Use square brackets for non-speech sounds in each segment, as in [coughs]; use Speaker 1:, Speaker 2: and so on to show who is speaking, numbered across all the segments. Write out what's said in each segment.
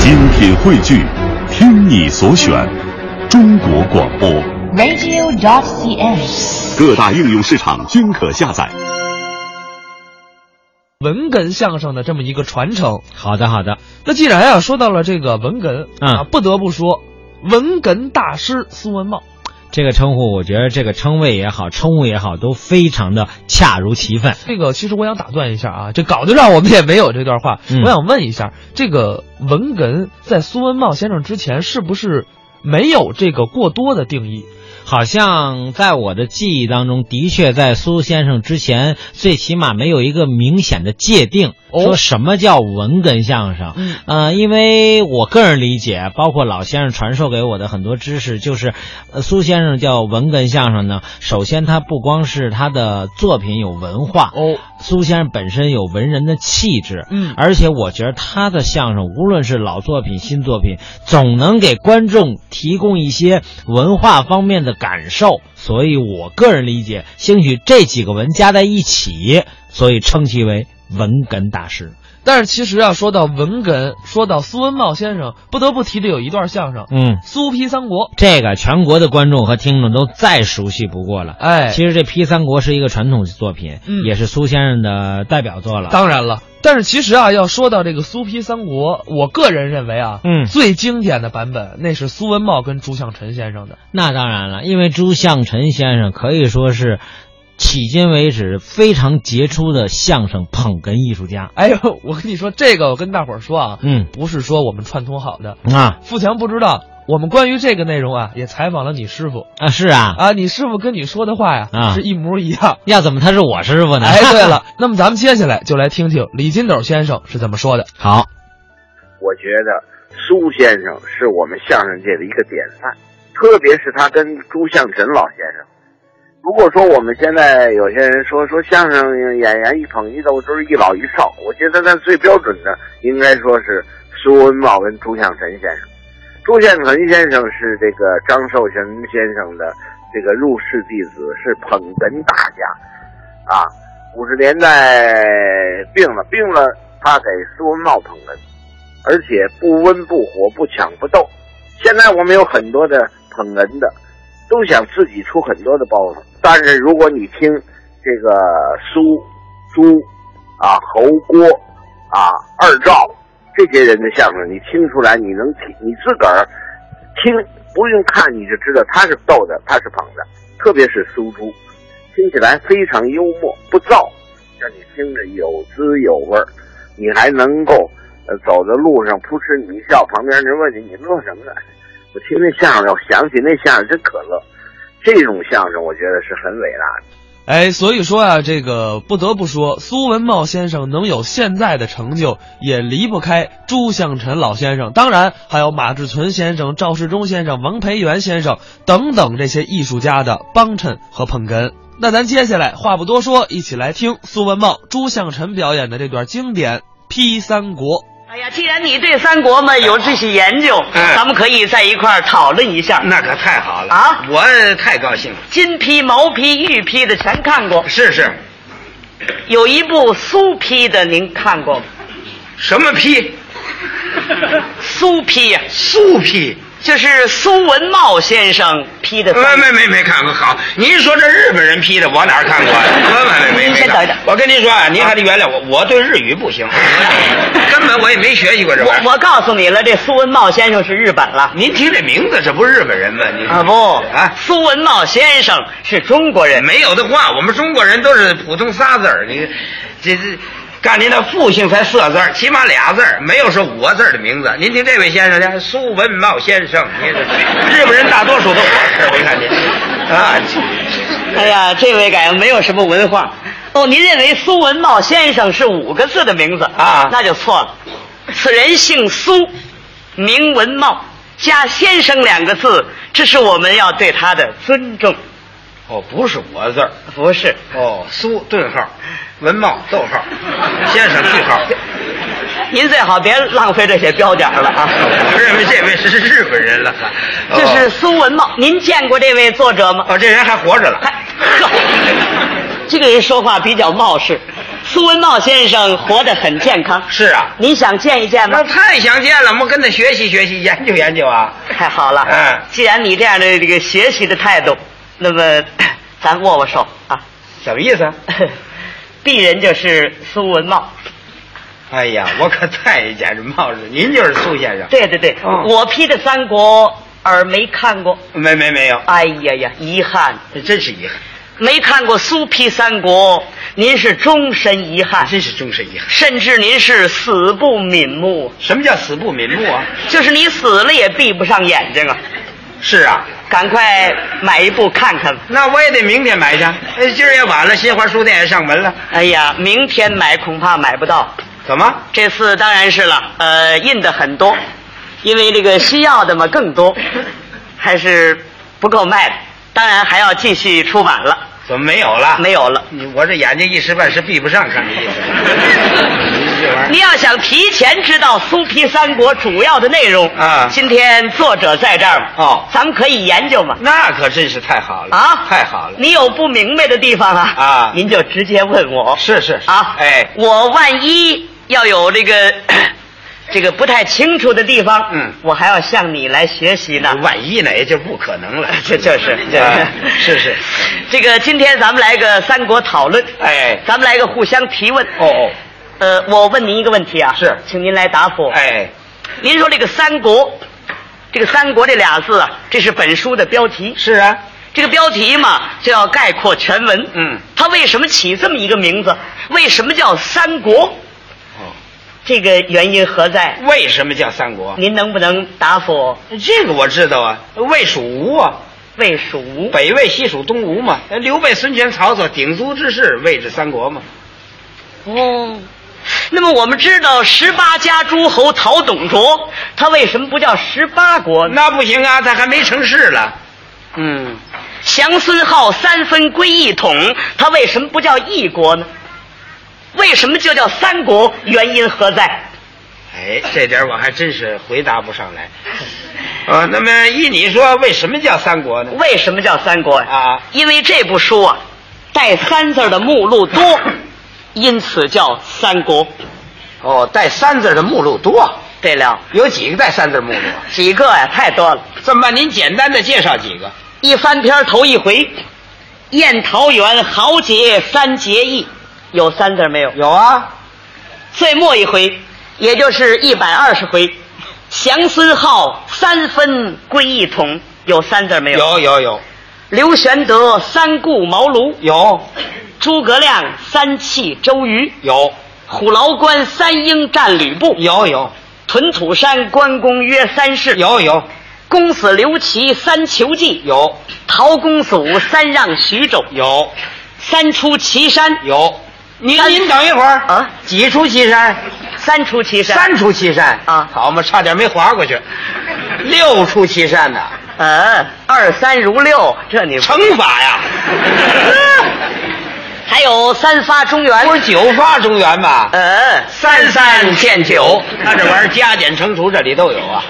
Speaker 1: 精品汇聚，听你所选，中国广播。
Speaker 2: radio.cn。
Speaker 1: 各大应用市场均可下载。
Speaker 3: 文哏相声的这么一个传承。
Speaker 4: 好的，好的，
Speaker 3: 那既然啊说到了这个文哏
Speaker 4: 嗯
Speaker 3: 啊，不得不说文哏大师苏文茂。
Speaker 4: 这个称呼，我觉得这个称谓也好，称呼也好，都非常的恰如其分。
Speaker 3: 这个其实我想打断一下啊，这稿子上我们也没有这段话。
Speaker 4: 嗯
Speaker 3: 我想问一下，这个文哏在苏文茂先生之前是不是没有这个过多的定义？
Speaker 4: 好像在我的记忆当中，的确在苏先生之前，最起码没有一个明显的界定，
Speaker 3: 哦
Speaker 4: 说什么叫文哏相声。
Speaker 3: 嗯
Speaker 4: 呃，因为我个人理解，包括老先生传授给我的很多知识，就是、呃、苏先生叫文哏相声呢。首先，他不光是他的作品有文化，
Speaker 3: 哦，
Speaker 4: 苏先生本身有文人的气质，
Speaker 3: 嗯
Speaker 4: 而且我觉得他的相声，无论是老作品、新作品，总能给观众提供一些文化方面的感受。所以我个人理解，兴许这几个文加在一起，所以称其为文哏大师。
Speaker 3: 但是其实啊，说到文哏，说到苏文茂先生，不得不提的有一段相声《
Speaker 4: 嗯，
Speaker 3: 苏皮三国》。
Speaker 4: 这个全国的观众和听众都再熟悉不过了。
Speaker 3: 哎，
Speaker 4: 其实这《批三国》是一个传统作品，
Speaker 3: 嗯
Speaker 4: 也是苏先生的代表作了。
Speaker 3: 当然了，但是其实啊，要说到这个苏皮三国，我个人认为啊，
Speaker 4: 嗯
Speaker 3: 最经典的版本那是苏文茂跟朱向臣先生的。
Speaker 4: 那当然了，因为朱向臣先生可以说是迄今为止非常杰出的相声捧哏艺术家。
Speaker 3: 哎呦，我跟你说这个，我跟大伙儿说啊，
Speaker 4: 嗯
Speaker 3: 不是说我们串通好的。
Speaker 4: 啊
Speaker 3: 富强不知道，我们关于这个内容啊，也采访了你师傅
Speaker 4: 啊是啊，
Speaker 3: 啊，你师傅跟你说的话呀，
Speaker 4: 啊
Speaker 3: 是一模一
Speaker 4: [laughs]
Speaker 3: 样。
Speaker 4: 要怎么他是我师傅呢？
Speaker 3: 哎，对了，那么咱们接下来就来听听李金斗先生是怎么说的。
Speaker 4: [laughs] 好，
Speaker 5: 我觉得苏先生是我们相声界的一个典范，特别是他跟朱向臣老先生。如果说我们现在有些人说说相声演员一捧一逗就是一老一少，我觉得那最标准的应该说是苏文茂跟朱向臣先生。朱向臣先生是这个张寿臣先生的这个入室弟子，是捧哏大家。啊，五十年代病了，病了，他给苏文茂捧哏，而且不温不火，不抢不斗。现在我们有很多的捧哏的，都想自己出很多的包袱，但是如果你听这个苏、朱啊、侯、郭啊、二赵这些人的相声，你听出来，你能听，你自个儿听不用看，你就知道他是逗的，他是捧的，特别是苏朱。听起来非常幽默不燥，让你听着有滋有味儿，你还能够呃走在路上扑哧你一笑，旁边人问你你乐什么呢？我听那相声，我想起那相声真可乐，这种相声我觉得是很伟大的。
Speaker 3: 哎，所以说啊，这个不得不说，苏文茂先生能有现在的成就，也离不开朱向臣老先生，当然还有马志存先生、赵世忠先生、王培元先生等等这些艺术家的帮衬和捧哏。那咱接下来话不多说，一起来听苏文茂、朱向臣表演的这段经典《批三国》。
Speaker 6: 哎呀，既然你对三国嘛有这些研究，
Speaker 7: 嗯
Speaker 6: 咱们可以在一块儿讨论一下。
Speaker 7: 那可太好了
Speaker 6: 啊
Speaker 7: 我太高兴了。
Speaker 6: 金批、毛批、玉批的全看
Speaker 7: [laughs]
Speaker 6: 过，
Speaker 7: 是是，
Speaker 6: 有一部苏批的您看
Speaker 7: [laughs]
Speaker 6: 过吗？
Speaker 7: 什么批？
Speaker 6: 苏批呀、
Speaker 7: 素批？
Speaker 6: 就是苏文茂先生批的
Speaker 7: 呃，
Speaker 6: 三
Speaker 7: 没没没看过。好，您说这日本人批的，我哪儿看过啊？没没没没。
Speaker 6: 您先
Speaker 7: 没
Speaker 6: 等一等
Speaker 7: 我跟您说啊，您还得原谅我，我对日语不行， [laughs] 根本我也没学习过这玩意
Speaker 6: 我
Speaker 7: 儿。
Speaker 6: 我告诉你了，这苏文茂先生是日本了。
Speaker 7: 您听这名字，这不是日本人吗？你
Speaker 6: 啊不
Speaker 7: 啊，
Speaker 6: 苏文茂先生是中国人。
Speaker 7: 没有的话，我们中国人都是普通仨字儿，你这这。干您的复姓才四字儿，起码俩字儿，没有说五个字儿的名字。您听这位先生呢，苏文茂先生，您日本人大多数都火事我看您啊，
Speaker 6: [laughs] 哎
Speaker 7: [laughs]
Speaker 6: 呀，这位感觉没有什么文化。哦，您认为苏文茂先生是五个字的名字
Speaker 7: 啊
Speaker 6: 那就错了。此人姓苏，名文茂，加“先生”两个字，这是我们要对他的尊重。
Speaker 7: [laughs] 哦，不是五个字儿，
Speaker 6: 不是，
Speaker 7: 哦，苏顿号，文茂逗号，先生句号。
Speaker 6: 您最好别浪费这些标点了啊。
Speaker 7: 我认为这位是日本人了， [laughs] 哦
Speaker 6: 这是苏文茂，您见过这位作者吗？
Speaker 7: 哦，这人还活着了
Speaker 6: 哎。呵这个人说话比较冒失。苏文茂先生活得很健康，
Speaker 7: 是啊，
Speaker 6: 您想见一见
Speaker 7: 那
Speaker 6: 吗？
Speaker 7: 太想见了，我们跟他学习学习，研究研究 [laughs] 啊。
Speaker 6: 太好了，
Speaker 7: 嗯
Speaker 6: 既然你这样的这个学习的态度，那么 [coughs] 咱握握手啊。 [laughs]
Speaker 7: 什么意 [laughs] 思啊？
Speaker 6: 鄙人就是苏文茂，
Speaker 7: 哎呀，我可太见着冒失，您就是苏先生？
Speaker 6: 对对对，
Speaker 7: 哦
Speaker 6: 我批的《三国》而没看过，
Speaker 7: 没没没有，
Speaker 6: 哎呀呀，遗憾，
Speaker 7: 这真是遗憾，
Speaker 6: 没看过苏批《三国》，您是终身遗憾，
Speaker 7: 真是终身遗憾。
Speaker 6: 甚至您是死不瞑目，
Speaker 7: 什么叫死不瞑目啊？
Speaker 6: 就是你死了也闭不上眼睛啊！
Speaker 7: 是啊，
Speaker 6: 赶快买一部看看吧。
Speaker 7: 那我也得明天买去。哎，今儿也晚了，新华书店也上门了。
Speaker 6: 哎呀，明天买恐怕买不到。
Speaker 7: 怎么？
Speaker 6: 这次当然是了，呃，印的很多，因为这个需要的嘛更
Speaker 7: [laughs]
Speaker 6: 多，还是不够卖的。当然还要继续出版了，
Speaker 7: 怎么没有了？
Speaker 6: 没有了。
Speaker 7: 你我这眼睛一时半时闭不上，看这意思。你这
Speaker 6: [laughs]
Speaker 7: 玩
Speaker 6: 你
Speaker 7: 意儿，
Speaker 6: 要想提前知道苏皮三国主要的内容
Speaker 7: 啊
Speaker 6: 今天作者在这儿
Speaker 7: 哦
Speaker 6: 咱们可以研究嘛。
Speaker 7: 那可真是太好了
Speaker 6: 啊，
Speaker 7: 太好了。
Speaker 6: 你有不明白的地方啊？
Speaker 7: 啊
Speaker 6: 您就直接问我。
Speaker 7: 是是是
Speaker 6: 啊，
Speaker 7: 哎
Speaker 6: [laughs] 我万一要有这个 [clears throat] 这个不太清楚的地方，
Speaker 7: 嗯
Speaker 6: 我还要向你来学习呢。
Speaker 7: 万一呢，也就不可能了。
Speaker 6: 这 [laughs] 就是，这
Speaker 7: 啊
Speaker 6: [laughs]
Speaker 7: 是是。
Speaker 6: 这个今天咱们来个三国讨论，
Speaker 7: 哎
Speaker 6: 咱们来个互相提问。
Speaker 7: 哦哦，
Speaker 6: 呃，我问您一个问题啊，
Speaker 7: 是
Speaker 6: 请您来答复。，
Speaker 7: 哎，
Speaker 6: 您说这个三国，这个三国这俩字啊，这是本书的标题。
Speaker 7: 是啊，
Speaker 6: 这个标题嘛，就要概括全文。
Speaker 7: 嗯，
Speaker 6: 它为什么起这么一个名字？为什么叫三国？
Speaker 7: 哦，嗯
Speaker 6: 这个原因何在？
Speaker 7: 为什么叫三国？
Speaker 6: 您能不能答复我？
Speaker 7: 这个我知道啊，魏蜀吴啊，
Speaker 6: 魏蜀吴？
Speaker 7: 北魏、西蜀、东吴嘛，刘备、孙权、曹操鼎足之势，谓之三国嘛。
Speaker 6: 哦。那么我们知道十八家诸侯讨董卓，他为什么不叫十八国呢？
Speaker 7: 那不行啊，他还没成事了。
Speaker 6: 嗯，降孙浩三分归一统，他为什么不叫一国呢？为什么就叫三国？原因何在？
Speaker 7: 哎，这点我还真是回答不上来。啊，那么依你说，为什么叫三国呢？
Speaker 6: 为什么叫三国呀？
Speaker 7: 啊
Speaker 6: 因为这部书啊，带三字儿的目录
Speaker 7: [laughs]
Speaker 6: 多，因此叫三国。
Speaker 7: 哦，带三字的目录多，啊
Speaker 6: 对了，
Speaker 7: 有几个带三字目录啊？
Speaker 6: 几个呀、太多了。
Speaker 7: 这么办，您简单的介绍几个。
Speaker 6: 一翻篇儿头一回，宴桃园豪杰三结义，有三字儿没有？
Speaker 7: 有啊，
Speaker 6: 最末一回，也就是一百二十回，降孙浩三分归一统，有三字儿没有？
Speaker 7: 有有有
Speaker 6: 刘玄德三顾茅庐，
Speaker 7: 有
Speaker 6: 诸葛亮三气周瑜。
Speaker 7: 有
Speaker 6: 虎牢关三英战吕布，
Speaker 7: 有有
Speaker 6: 屯土山关公约三世，
Speaker 7: 有有
Speaker 6: 公子刘琦三求计，
Speaker 7: 有
Speaker 6: 陶公子武三让徐州，
Speaker 7: 有
Speaker 6: 三出祁山，
Speaker 7: 有。您
Speaker 6: 三
Speaker 7: 您等一会儿
Speaker 6: 啊
Speaker 7: 几出祁山？
Speaker 6: 三出祁山，
Speaker 7: 三出祁山
Speaker 6: 啊
Speaker 7: 好嘛，差点没划过去。六出祁山呐、
Speaker 6: 嗯，二三如六，这你
Speaker 7: 乘法呀，
Speaker 6: [laughs] 还有三发中原
Speaker 7: 不，是九发中原吧？
Speaker 6: 嗯，
Speaker 7: 三三见九，他这玩意儿加减乘除这里都有啊。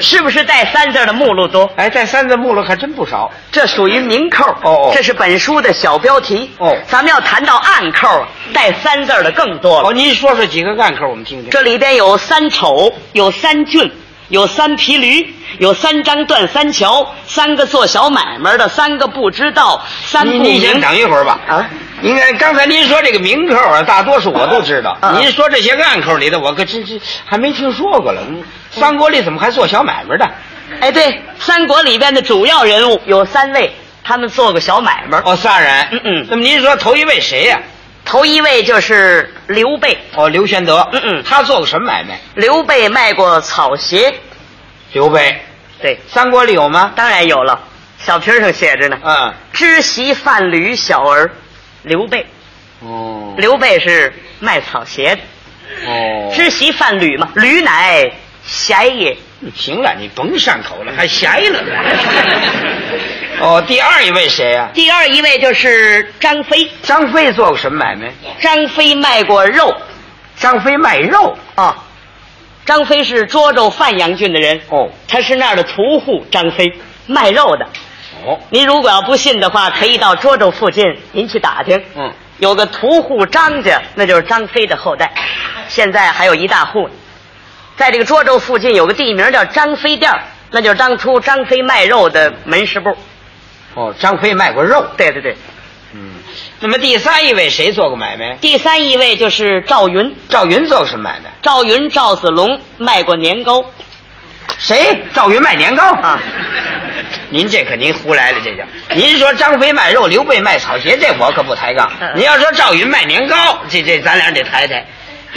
Speaker 6: 是不是带三字的目录多？
Speaker 7: 哎，这三字目录可真不少。
Speaker 6: 这属于明扣，
Speaker 7: 哦哦
Speaker 6: 这是本书的小标题，
Speaker 7: 哦
Speaker 6: 咱们要谈到暗扣，带三字的更多了。
Speaker 7: 哦，您说说几个暗扣，我们听听。
Speaker 6: 这里边有三丑，有三俊，有三皮驴，有三张断三桥，三个做小买卖的，三个不知道，三不
Speaker 7: 您
Speaker 6: 明
Speaker 7: 您先等一会儿吧。
Speaker 6: 啊，
Speaker 7: 您看刚才您说这个明扣啊，大多数我都知道。
Speaker 6: 啊啊
Speaker 7: 您说这些暗扣里的，我可真是还没听说过了。嗯三国里怎么还做小买卖的？
Speaker 6: 哎，对，三国里边的主要人物有三位，他们做过小买卖。
Speaker 7: 哦，仨人。
Speaker 6: 嗯嗯
Speaker 7: 那么您说头一位谁呀、
Speaker 6: 头一位就是刘备，
Speaker 7: 哦，刘玄德。
Speaker 6: 嗯嗯
Speaker 7: 他做过什么买卖？
Speaker 6: 刘备卖过草鞋，
Speaker 7: 刘备。
Speaker 6: 对，
Speaker 7: 三国里有吗？
Speaker 6: 当然有了，小瓶上写着呢，
Speaker 7: 嗯。
Speaker 6: 知席贩履小儿，刘备，
Speaker 7: 哦
Speaker 6: 刘备是卖草鞋的。
Speaker 7: 哦
Speaker 6: 知席贩履嘛，履乃侠也。
Speaker 7: 你行了，你甭上口
Speaker 6: 嗯
Speaker 7: 了，还闲了呢。哦，第二一位谁啊呀、
Speaker 6: 第二一位就是张飞，
Speaker 7: 张飞做过什么买卖？
Speaker 6: 张飞卖过肉
Speaker 7: 张飞卖肉。
Speaker 6: 啊。张飞是涿州范阳郡的人，
Speaker 7: 哦，
Speaker 6: 他是那儿的屠户。张飞卖肉的，
Speaker 7: 哦，
Speaker 6: 您如果要不信的话，可以到涿州附近您去打听。
Speaker 7: 嗯，
Speaker 6: 有个屠户张家，那就是张飞的后代，现在还有一大户呢。在这个涿州附近有个地名叫张飞店儿，那就是当初张飞卖肉的门市部。
Speaker 7: 哦，张飞卖过肉。
Speaker 6: 对对对，
Speaker 7: 嗯，那么第三一位谁做过买卖？
Speaker 6: 第三一位就是赵云，
Speaker 7: 赵云做过什么买卖？
Speaker 6: 赵云赵子龙卖过年糕，
Speaker 7: 谁？赵云卖年糕
Speaker 6: 啊？
Speaker 7: 您这可您胡来了，这叫您说张飞卖肉，刘备卖草鞋，这我可不抬杠
Speaker 6: 嗯。嗯
Speaker 7: 您要说赵云卖年糕，这这咱俩得抬抬。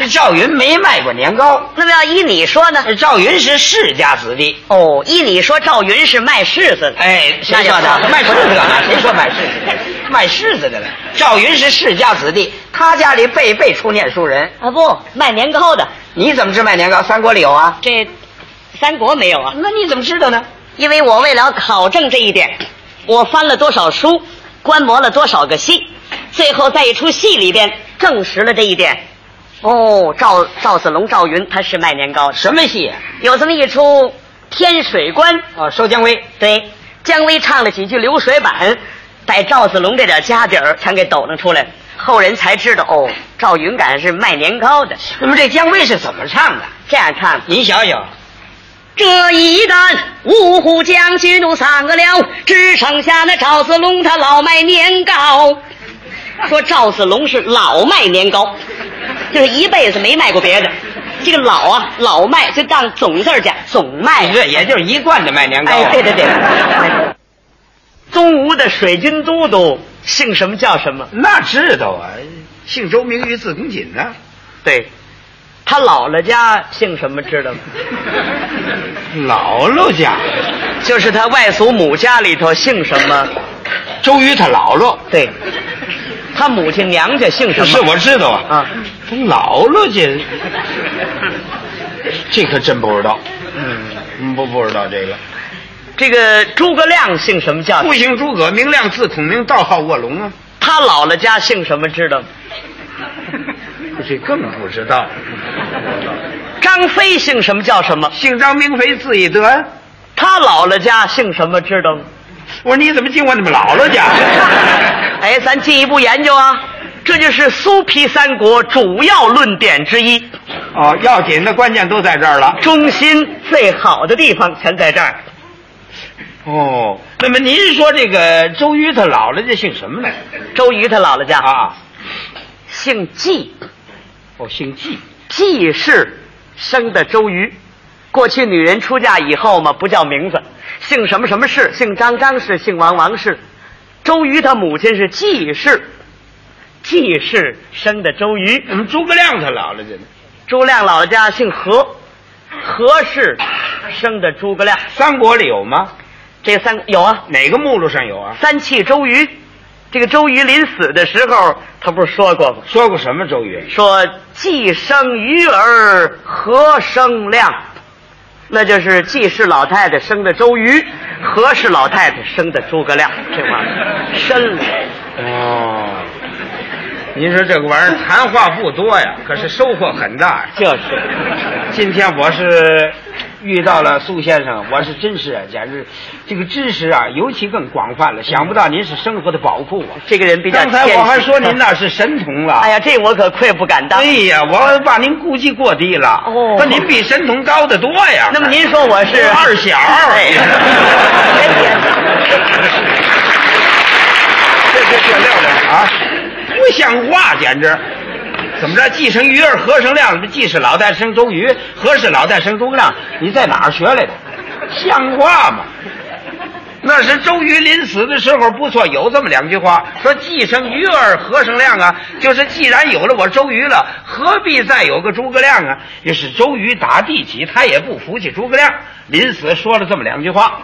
Speaker 7: 赵云没卖过年糕，
Speaker 6: 那么要依你说呢？
Speaker 7: 赵云是世家子弟。
Speaker 6: 哦，依你说赵云是卖柿子的，
Speaker 7: 哎，谁说
Speaker 6: 那就
Speaker 7: 的？
Speaker 6: 好
Speaker 7: 卖柿子干嘛？谁说卖柿
Speaker 6: [laughs]
Speaker 7: 子？卖柿子的了。赵云是世家子弟，他家里辈辈出念书人。
Speaker 6: 啊不，卖年糕的。
Speaker 7: 你怎么知卖年糕？《三国》里有啊。
Speaker 6: 这三国没有啊？
Speaker 7: 那你怎么知道呢？
Speaker 6: 因为我为了考证这一点，我翻了多少书，观摩了多少个戏，最后在一出戏里边证实了这一点。哦，赵赵子龙、赵云他是卖年糕的，
Speaker 7: 什么戏啊？
Speaker 6: 有这么一出《天水关》，
Speaker 7: 哦，收姜维。
Speaker 6: 对，姜维唱了几句流水板，把赵子龙这点家底儿全给抖弄出来了。后人才知道，哦，赵云敢是卖年糕的，
Speaker 7: 那么这姜维是怎么唱的？
Speaker 6: 这样唱。
Speaker 7: 您想想，
Speaker 6: 这一干五虎将军都散个了，只剩下那赵子龙他老卖年糕。说赵子龙是老卖年糕， [laughs] 就是一辈子没卖过别的。这个老啊，老卖就当总字儿讲，总卖。
Speaker 7: 这也就是一贯的卖年糕、啊。
Speaker 6: 哎，对对对。东吴的水军都督姓什么叫什么？
Speaker 7: 那知道啊，姓周名瑜字公瑾啊呢、
Speaker 6: 对，他姥姥家姓什么知道吗？
Speaker 7: [laughs] 姥姥家，
Speaker 6: [laughs] 就是他外祖母家里头姓什么？
Speaker 7: 周瑜他姥姥。
Speaker 6: 对，他母亲娘家姓什么？
Speaker 7: 是我知道啊。
Speaker 6: 啊，
Speaker 7: 他姥姥这，这可真不知道。嗯，不不知道这个。
Speaker 6: 这个诸葛亮姓什么叫？
Speaker 7: 复姓诸葛，名亮，字孔明，道号卧龙啊。
Speaker 6: 他姥姥家姓什么知道吗？
Speaker 7: 这更不知道。
Speaker 6: 张飞姓什么叫什么？
Speaker 7: 姓张名飞，字翼德。
Speaker 6: 他姥姥家姓什么知道吗？
Speaker 7: 我说你怎么进我你们姥姥家？
Speaker 6: [laughs] 哎，咱进一步研究啊，这就是苏皮三国主要论点之一，
Speaker 7: 哦，要紧的关键都在这儿了。
Speaker 6: 中心最好的地方全在这儿。
Speaker 7: 哦，那么您说这个周瑜他姥姥这姓什么来？
Speaker 6: 周瑜他姥姥家
Speaker 7: 啊，
Speaker 6: 姓纪，
Speaker 7: 哦，姓纪。
Speaker 6: 纪氏生的周瑜。过去女人出嫁以后嘛，不叫名字，姓什么什么氏，姓张张氏，姓王王氏。周瑜他母亲是纪氏，纪氏生的周瑜。
Speaker 7: 怎么嗯诸葛亮他姥姥这呢？
Speaker 6: 诸葛亮老家姓何，何氏生的诸葛亮。
Speaker 7: 三国里有吗？
Speaker 6: 这三有啊，
Speaker 7: 哪个目录上有啊？
Speaker 6: 三气周瑜。这个周瑜临死的时候，他不是说过吗？
Speaker 7: 说过什么周瑜？
Speaker 6: 说既生瑜儿，何生亮？那就是季氏老太太生的周瑜，何氏老太太生的诸葛亮，这玩意儿深了。
Speaker 7: 哦，您说这个玩意儿谈话不多呀，可是收获很大呀。
Speaker 6: 就是，
Speaker 7: 今天我是遇到了苏先生，我是真是啊，简直这个知识啊，尤其更广泛了。想不到您是生活的宝库啊！
Speaker 6: 嗯这个人比较
Speaker 7: 刚才
Speaker 6: 谦虚
Speaker 7: 我还
Speaker 6: [laughs]
Speaker 7: 说您那是神童了。
Speaker 6: 哎呀，这我可愧不敢当
Speaker 7: 哎。呀，我把您估计过低了。
Speaker 6: 哦
Speaker 7: 那您比神童高得多呀。
Speaker 6: 那么您说我是
Speaker 7: 二小
Speaker 6: 哎，别别
Speaker 7: [laughs] 这这这亮亮 [laughs] 啊，不像话，简直！怎么着？既生瑜儿，何生亮？既是老旦生周瑜，何是老旦生诸葛亮？你在哪儿学来的？像话吗？那是周瑜临死的时候，不错，有这么两句话，说既生瑜儿，何生亮啊？就是既然有了我周瑜了，何必再有个诸葛亮啊？于是周瑜打地起，他也不服气诸葛亮，临死说了这么两句话。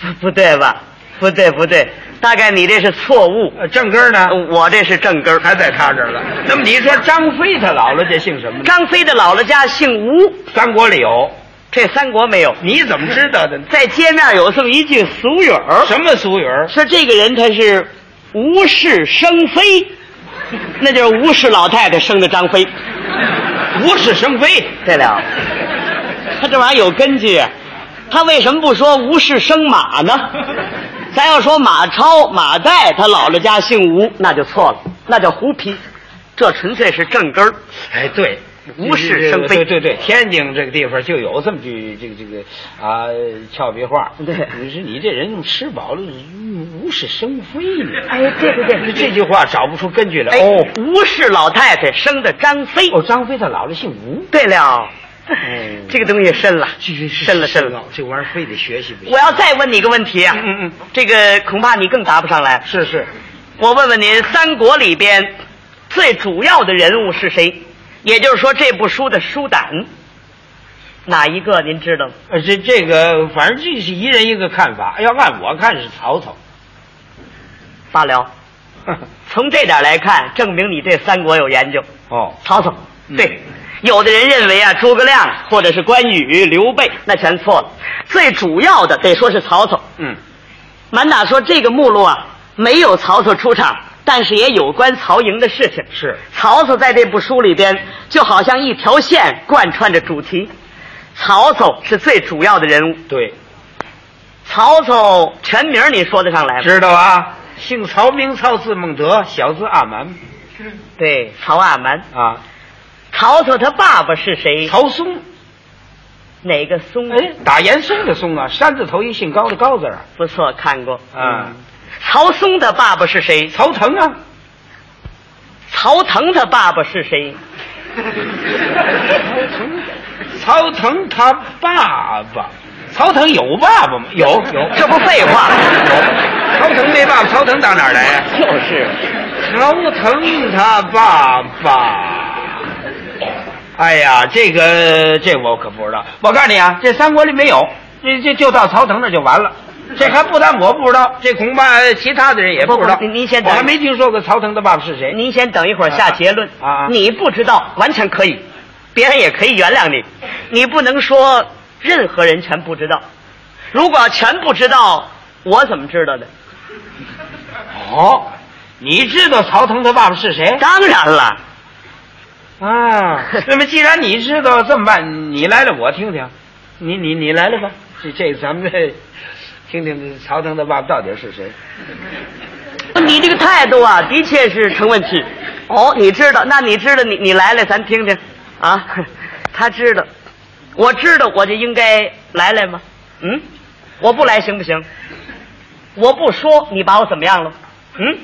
Speaker 6: [laughs] 不不对吧？不对不对，大概你这是错误，
Speaker 7: 呃正根儿呢？
Speaker 6: 我这是正根儿。
Speaker 7: 还在他这儿了。那么你说张飞他姥姥这姓什么呢？
Speaker 6: 张飞的姥姥家姓吴，
Speaker 7: 三国里有，
Speaker 6: 这三国没有。
Speaker 7: 你怎么知道的呢？
Speaker 6: 在街面有这么一句俗语儿，
Speaker 7: 什么俗语儿？
Speaker 6: 说这个人他是无事生非，那就是吴氏老太太生的张飞。
Speaker 7: 无事生非。 [laughs]
Speaker 6: 对了，他这玩意儿有根据啊。
Speaker 7: 他为什么不说吴氏生马呢？咱要说马超、马岱，他姥姥家姓吴，那就错了，那叫胡皮，这纯粹是正根儿。
Speaker 3: 哎，对，
Speaker 7: 无事生非
Speaker 3: 对对对，天津这个地方就有这么句这个这个啊俏皮话。
Speaker 7: 对
Speaker 3: 你说你这人怎么吃饱了无无事生非呢？
Speaker 7: 哎对对对
Speaker 3: 这句话找不出根据来。
Speaker 7: 哎
Speaker 3: 哦，
Speaker 7: 吴氏老太太生的张飞。
Speaker 3: 哦，张飞他姥姥姓吴。哦
Speaker 7: 对了，
Speaker 3: 哎
Speaker 7: 这个东西深了，深了深
Speaker 3: 深
Speaker 7: 了。，
Speaker 3: 这玩意儿非得学习不行
Speaker 7: 我。要再问你一个问题啊，
Speaker 3: 嗯嗯嗯
Speaker 7: 这个恐怕你更答不上来。
Speaker 3: 是是，
Speaker 7: 我问问您，三国里边最主要的人物是谁？也就是说，这部书的书胆哪一个您知道吗？
Speaker 3: 呃，这这个反正这是一人一个看法。要按我看是曹操。[laughs]
Speaker 7: 罢了，从这点来看，证明你对三国有研究。
Speaker 3: 哦，
Speaker 7: 曹操，
Speaker 3: 嗯
Speaker 7: 对。有的人认为啊，诸葛亮或者是关羽、刘备，那全错了。最主要的得说是曹操。
Speaker 3: 嗯，
Speaker 7: 满打说这个目录啊，没有曹操出场，但是也有关曹营的事情。
Speaker 3: 是
Speaker 7: 曹操在这部书里边，就好像一条线贯穿着主题。曹操是最主要的人物。
Speaker 3: 对，
Speaker 7: 曹操全名你说得上来吗？
Speaker 3: 知道啊。姓曹，名操，字孟德，小字阿瞒
Speaker 7: 对，曹阿瞒。
Speaker 3: 啊。
Speaker 7: 曹操他爸爸是谁？
Speaker 3: 曹嵩，
Speaker 7: 哪个松？
Speaker 3: 哎，打严嵩的嵩啊，山字头一姓高的高字啊。
Speaker 7: 不错，看过。
Speaker 3: 啊，
Speaker 7: 曹嵩他爸爸是谁？
Speaker 3: 曹腾啊，
Speaker 7: 曹腾他爸爸是谁？
Speaker 3: [laughs] 曹腾他爸爸，曹腾有爸爸吗？有有，
Speaker 7: 这不废话吗
Speaker 3: 有。曹腾没爸爸，曹腾打哪儿来呀、
Speaker 7: 就是
Speaker 3: 曹腾他爸爸。哎呀，这个这我可不知道。我告诉你啊，这三国里没有，这这就到曹腾那儿就完了。这还不但我不知道，这恐怕呃其他的人也知道。
Speaker 7: 不不您您先
Speaker 3: 我
Speaker 7: 等
Speaker 3: 还没听说过曹腾的爸爸是谁。
Speaker 7: 您先等一会儿下结论
Speaker 3: 啊啊
Speaker 7: 你不知道完全可以，别人也可以原谅你，你不能说任何人全不知道。如果全不知道，我怎么知道的？
Speaker 3: 哦，你知道曹腾他爸爸是谁？
Speaker 7: 当然了，
Speaker 3: 啊， [laughs] 那么既然你知道，这么办，你来了，我听听。你你你来了吧，这这咱们这听听曹腾他爸爸到底是谁？
Speaker 7: 你这个态度啊，的确是成问题。哦，你知道？那你知道？你你来来，咱听听啊。他知道，我知道，我就应该来来吗？嗯，我不来行不行？我不说，你把我怎么样了？嗯？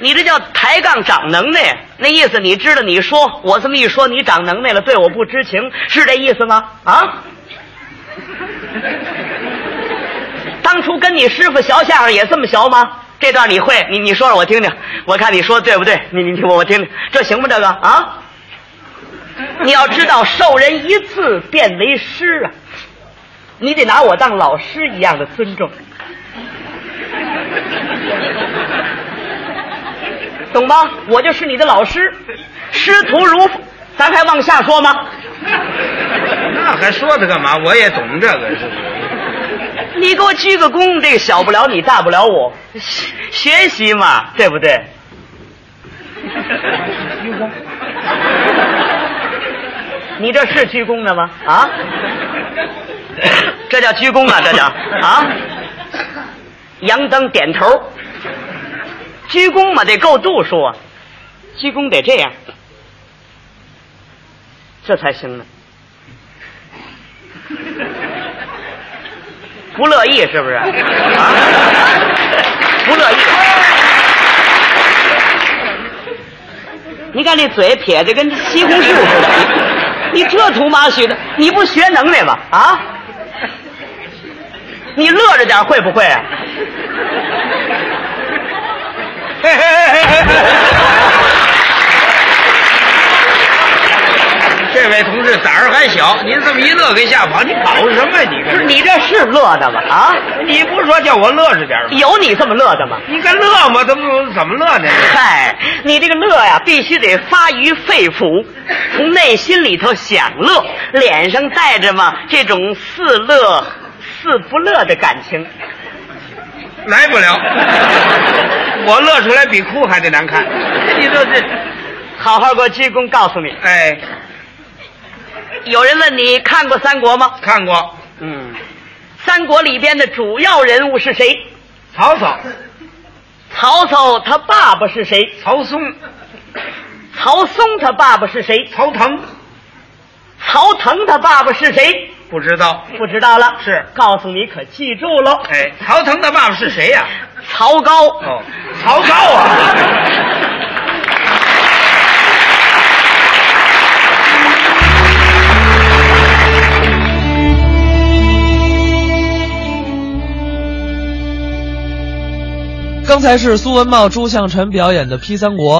Speaker 7: 你这叫抬杠长能耐，那意思你知道？你说我这么一说，你长能耐了，对我不知情，是这意思吗？啊？当初跟你师傅学相声也这么学吗？这段你会？你你说说我听听，我看你说对不对？你你听我我听听，这行吗？这个啊？你要知道，授人一字便为师啊，你得拿我当老师一样的尊重，懂吗？我就是你的老师，师徒如父，咱还往下说吗？
Speaker 3: 那还说他干嘛？我也懂这个，是不是？
Speaker 7: 你给我鞠个躬，这小不了你，大不了我，学学习嘛，对不对？你这是鞠躬的吗？啊？这叫鞠躬啊，这叫啊？杨登点头，鞠躬嘛得够度数啊，鞠躬得这样，这才行呢。不乐意是不是？啊，不乐意。你看这嘴撇的跟西红柿似的，你这图妈许的，你不学能耐吗？啊，你乐着点会不会啊？ [laughs]
Speaker 3: 嘿嘿嘿嘿嘿这位同志胆儿还小，您这么一乐给吓跑，你跑什么呀？你
Speaker 7: 不是
Speaker 3: 这
Speaker 7: 你这是乐的吗？啊，
Speaker 3: 你不是说叫我乐着点吗？
Speaker 7: 有你这么乐的吗？
Speaker 3: 你该乐吗？怎么怎么乐呢？
Speaker 7: 嗨，你这个乐呀，必须得发于肺腑，从内心里头想乐，脸上带着嘛这种似乐似不乐的感情。
Speaker 3: 来不
Speaker 7: [laughs]
Speaker 3: 了，我乐出来比哭还得难看。你这这，
Speaker 7: 好好给我鞠躬，告诉你，
Speaker 3: 哎，
Speaker 7: [laughs] 有人问你看过《三国》吗？
Speaker 8: 看过
Speaker 7: 嗯，《三国》里边的主要人物是谁？
Speaker 8: 曹操、
Speaker 7: 曹操他爸爸是谁？
Speaker 8: 曹嵩、
Speaker 7: 曹嵩他爸爸是谁？
Speaker 8: 曹腾，
Speaker 7: 曹腾他爸爸是谁？
Speaker 8: 不知道。
Speaker 7: 不知道了。
Speaker 8: 是
Speaker 7: 告诉你可记住喽。
Speaker 8: 哎，曹腾的爸爸是谁呀、
Speaker 7: 曹高。
Speaker 8: 哦，曹操
Speaker 7: [laughs]
Speaker 8: 啊！
Speaker 3: 刚才是苏文茂、朱向臣表演的《批三国》。